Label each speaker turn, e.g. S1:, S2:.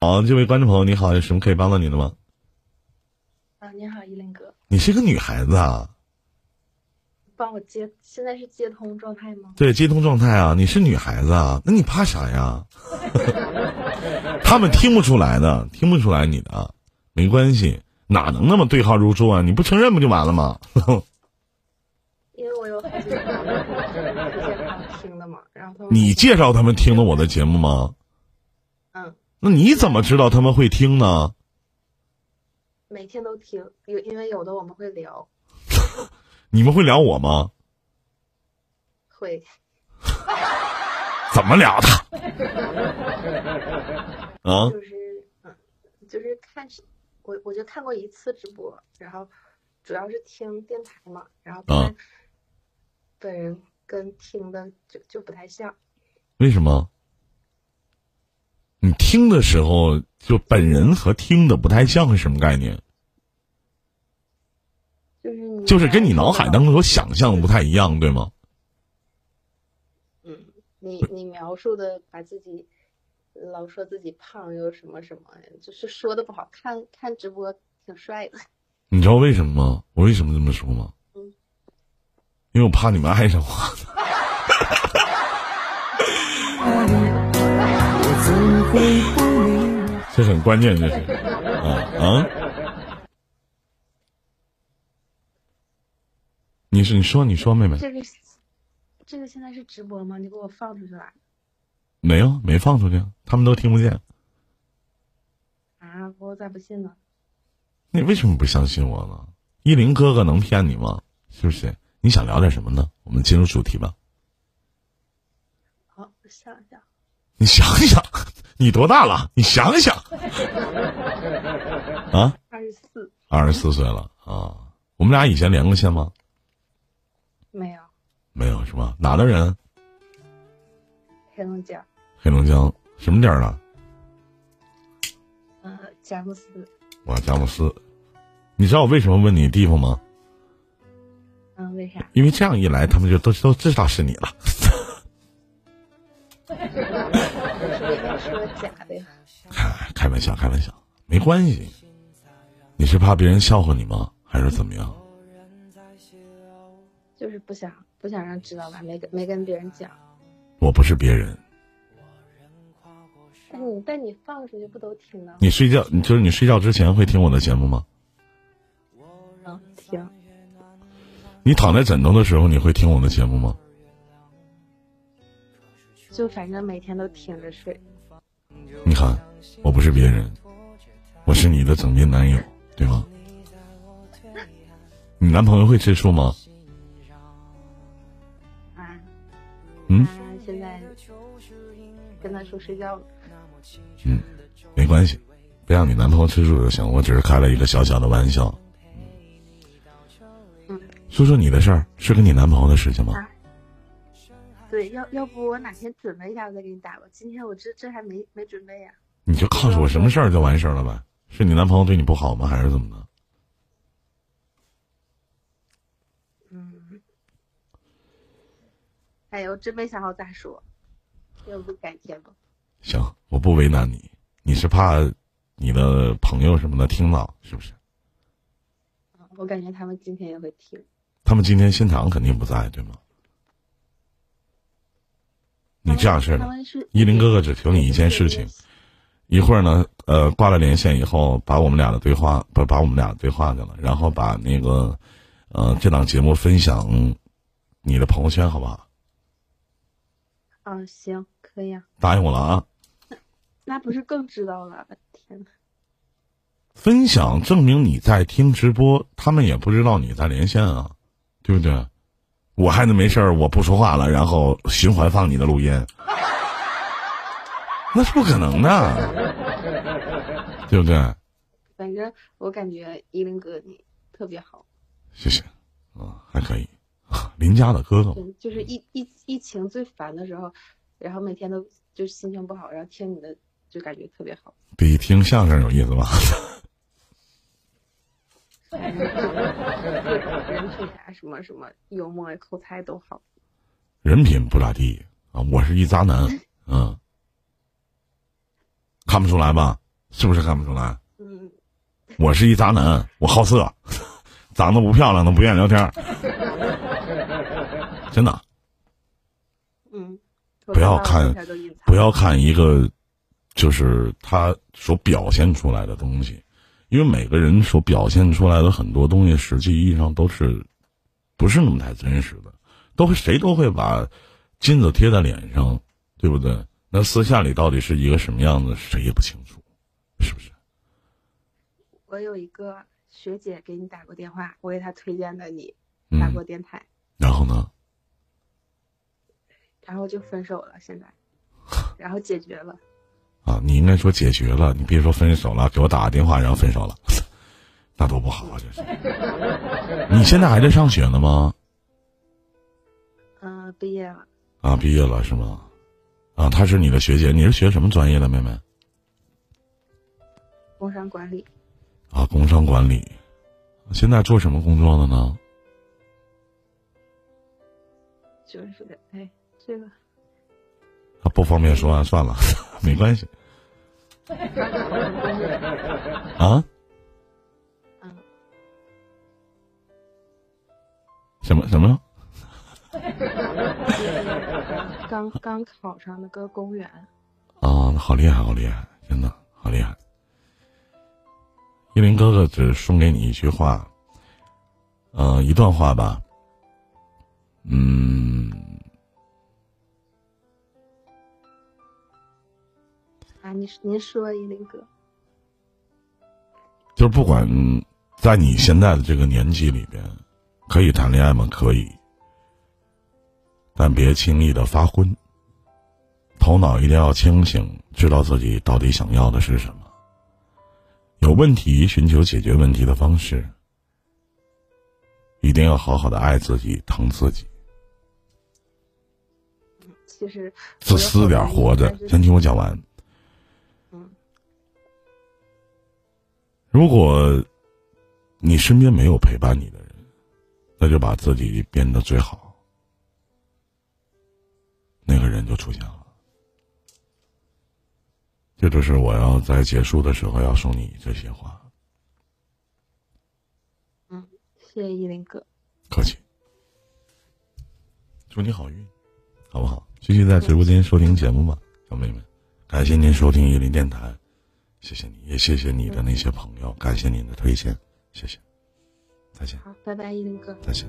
S1: 好，这位观众朋友，你好，有什么可以帮到你的吗？
S2: 啊，您好，依林哥，
S1: 你是个女孩子啊，
S2: 帮我接，现在是接通状态吗？
S1: 对，接通状态啊，你是女孩子啊，那你怕啥呀？ 他们听不出来的，听不出来你的，啊没关系，哪能那么对号入座啊？你不承认不就完了吗？
S2: 因为我有好几个朋友之前他们听的嘛，然后他们
S1: 你
S2: 说
S1: 介绍他们听了我的节目吗？
S2: 嗯，
S1: 那你怎么知道他们会听呢？
S2: 每天都听，有因为有的我们会聊，
S1: 你们会聊我吗？
S2: 会
S1: 怎么聊的？ 啊，
S2: 就是嗯，就是看是，我我就看过一次直播，然后主要是听电台嘛，然后
S1: 啊
S2: 看本人跟听的就就不太像，
S1: 为什么？你听的时候就本人和听的不太像是什么概念？
S2: 就是你
S1: 就是跟你脑海当中所想象的不太一样，对吗？
S2: 嗯，你你描述的把自己老说自己胖又什么什么，就是说的不好看。看直播挺帅的，
S1: 你知道为什么吗？我为什么这么说吗
S2: 嗯？
S1: 因为我怕你们爱上我。 这很关键，这是啊啊！你是你说你说妹妹
S2: 这个这个现在是直播吗？你给我放出去了
S1: 没有没放出去，他们都听不见。
S2: 啊！我咋不信呢？
S1: 那你为什么不相信我呢？依林哥哥能骗你吗？是不是？你想聊点什么呢？我们进入主题吧。
S2: 好，我想想，
S1: 你想想， 你多大了？你想想， 啊，
S2: 二十四
S1: 二十四岁了啊。我们俩以前连过线吗？
S2: 没有，
S1: 没有是吧？哪的人？
S2: 黑龙江，
S1: 黑龙江什么地儿的？
S2: 呃，佳木斯，
S1: 我佳木斯。你知道我为什么问你地方吗？
S2: 嗯，为啥？
S1: 因为这样一来，他们就都都知道是你了。
S2: 我是不是应该说假的呀？
S1: 开开玩笑，开玩笑，没关系。你是怕别人笑话你吗？还是怎么样？
S2: 就是不想不想让知道吧，没跟没跟别人讲。
S1: 我不是别人。
S2: 但你但你放出去不都听到吗？
S1: 你睡觉，你就是你睡觉之前会听我的节目吗？
S2: 嗯，听，
S1: 你躺在枕头的时候，你会听我的节目吗？
S2: 就反正每天都听着睡。
S1: 你看，我不是别人，我是你的枕边男友，对吗？你男朋友会吃醋吗？
S2: 啊，
S1: 嗯
S2: 他现在跟他说睡觉了，
S1: 嗯，没关系，别让你男朋友吃醋就行。我只是开了一个小小的玩笑。
S2: 嗯，
S1: 说说你的事儿，是跟你男朋友的事情吗？
S2: 啊对，要要不我哪天准备一下我再给你打吧。今天我这这还没没准备啊呀、
S1: 你就告诉我什么事儿就完事儿了呗？是你男朋友对你不好吗？还是怎么的？
S2: 嗯，哎呦，真没想好咋说，要不改天吧。
S1: 行，我不为难你。你是怕你的朋友什么的听到，是不是？
S2: 嗯我感觉他们今天也会听，
S1: 他们今天现场肯定不在，对吗？你这样式
S2: 他
S1: 的，
S2: 们是
S1: 依林哥哥只求你一件事情，一会儿呢，呃，挂了连线以后，把我们俩的对话，不是把我们俩的对话去了，然后把那个，呃，这档节目分享你的朋友圈，好不好？
S2: 啊，行，可以啊，
S1: 答应我了啊！
S2: 那不是更知道了？天呐，
S1: 分享证明你在听直播，他们也不知道你在连线啊，对不对？我还能没事儿，我不说话了，然后循环放你的录音， 那是不可能的，对不对？
S2: 反正我感觉依林哥你特别好，
S1: 谢谢，啊，还可以，啊邻家的哥哥嘛，
S2: 嗯，就是疫疫疫情最烦的时候，然后每天都就心情不好，然后听你的就感觉特别好，
S1: 比听相声有意思吧？
S2: 反正就各种人品啊 什么什么幽默口才都好。
S1: 人品不咋地啊，我是一渣男，嗯，看不出来吧？是不是看不出来？
S2: 嗯，
S1: 我是一渣男，我好色，长得不漂亮的不愿意聊天儿，真的
S2: 嗯，
S1: 不要看
S2: 我把我的照片都隐藏
S1: 不要看一个，就是他所表现出来的东西，因为每个人所表现出来的很多东西，实际意义上都是不是那么太真实的，都会谁都会把金子贴在脸上，对不对？那私下里到底是一个什么样子，谁也不清楚，是不是？
S2: 我有一个学姐给你打过电话，我给她推荐的你，打过
S1: 嗯，
S2: 电台，
S1: 然后呢？
S2: 然后就分手了，现在， 然后解决了，
S1: 啊，你应该说解决了，你别说分手了，给我打个电话然后分手了，那多不好啊！这是。你现在还在上学呢吗？
S2: 嗯、毕业了，
S1: 啊，毕业了是吗？啊，她是你的学姐，你是学什么专业的，妹妹？
S2: 工商管理，
S1: 啊，工商管理。现在做什么工作的呢？
S2: 就是的，哎，这个
S1: 啊，不方便说啊，算了， 没关系。啊？
S2: 嗯，
S1: 什么什么？
S2: 刚刚考上那个公务员，
S1: 啊，好厉害，好厉害，真的好厉害。依林哥哥只送给你一句话，呃，一段话吧。嗯，
S2: 啊，你您说依林哥，
S1: 就是不管在你现在的这个年纪里边，可以谈恋爱吗？可以，但别轻易的发昏。头脑一定要清醒，知道自己到底想要的是什么。有问题寻求解决问题的方式，一定要好好的爱自己，疼自己，
S2: 其实
S1: 自私点儿活着
S2: 但是。
S1: 先听我讲完。
S2: 嗯
S1: 如果你身边没有陪伴你的人，那就把自己变得最好，那个人就出现了。这就是我要在结束的时候要送你这些话，
S2: 谢谢依林哥，
S1: 客气。祝你好运，好不好？继续在直播间收听节目吧，小妹妹。感谢您收听一林电台，谢谢你，也谢谢你的那些朋友，感谢您的推荐，谢谢。再见，
S2: 好，拜拜，依林哥。
S1: 再见。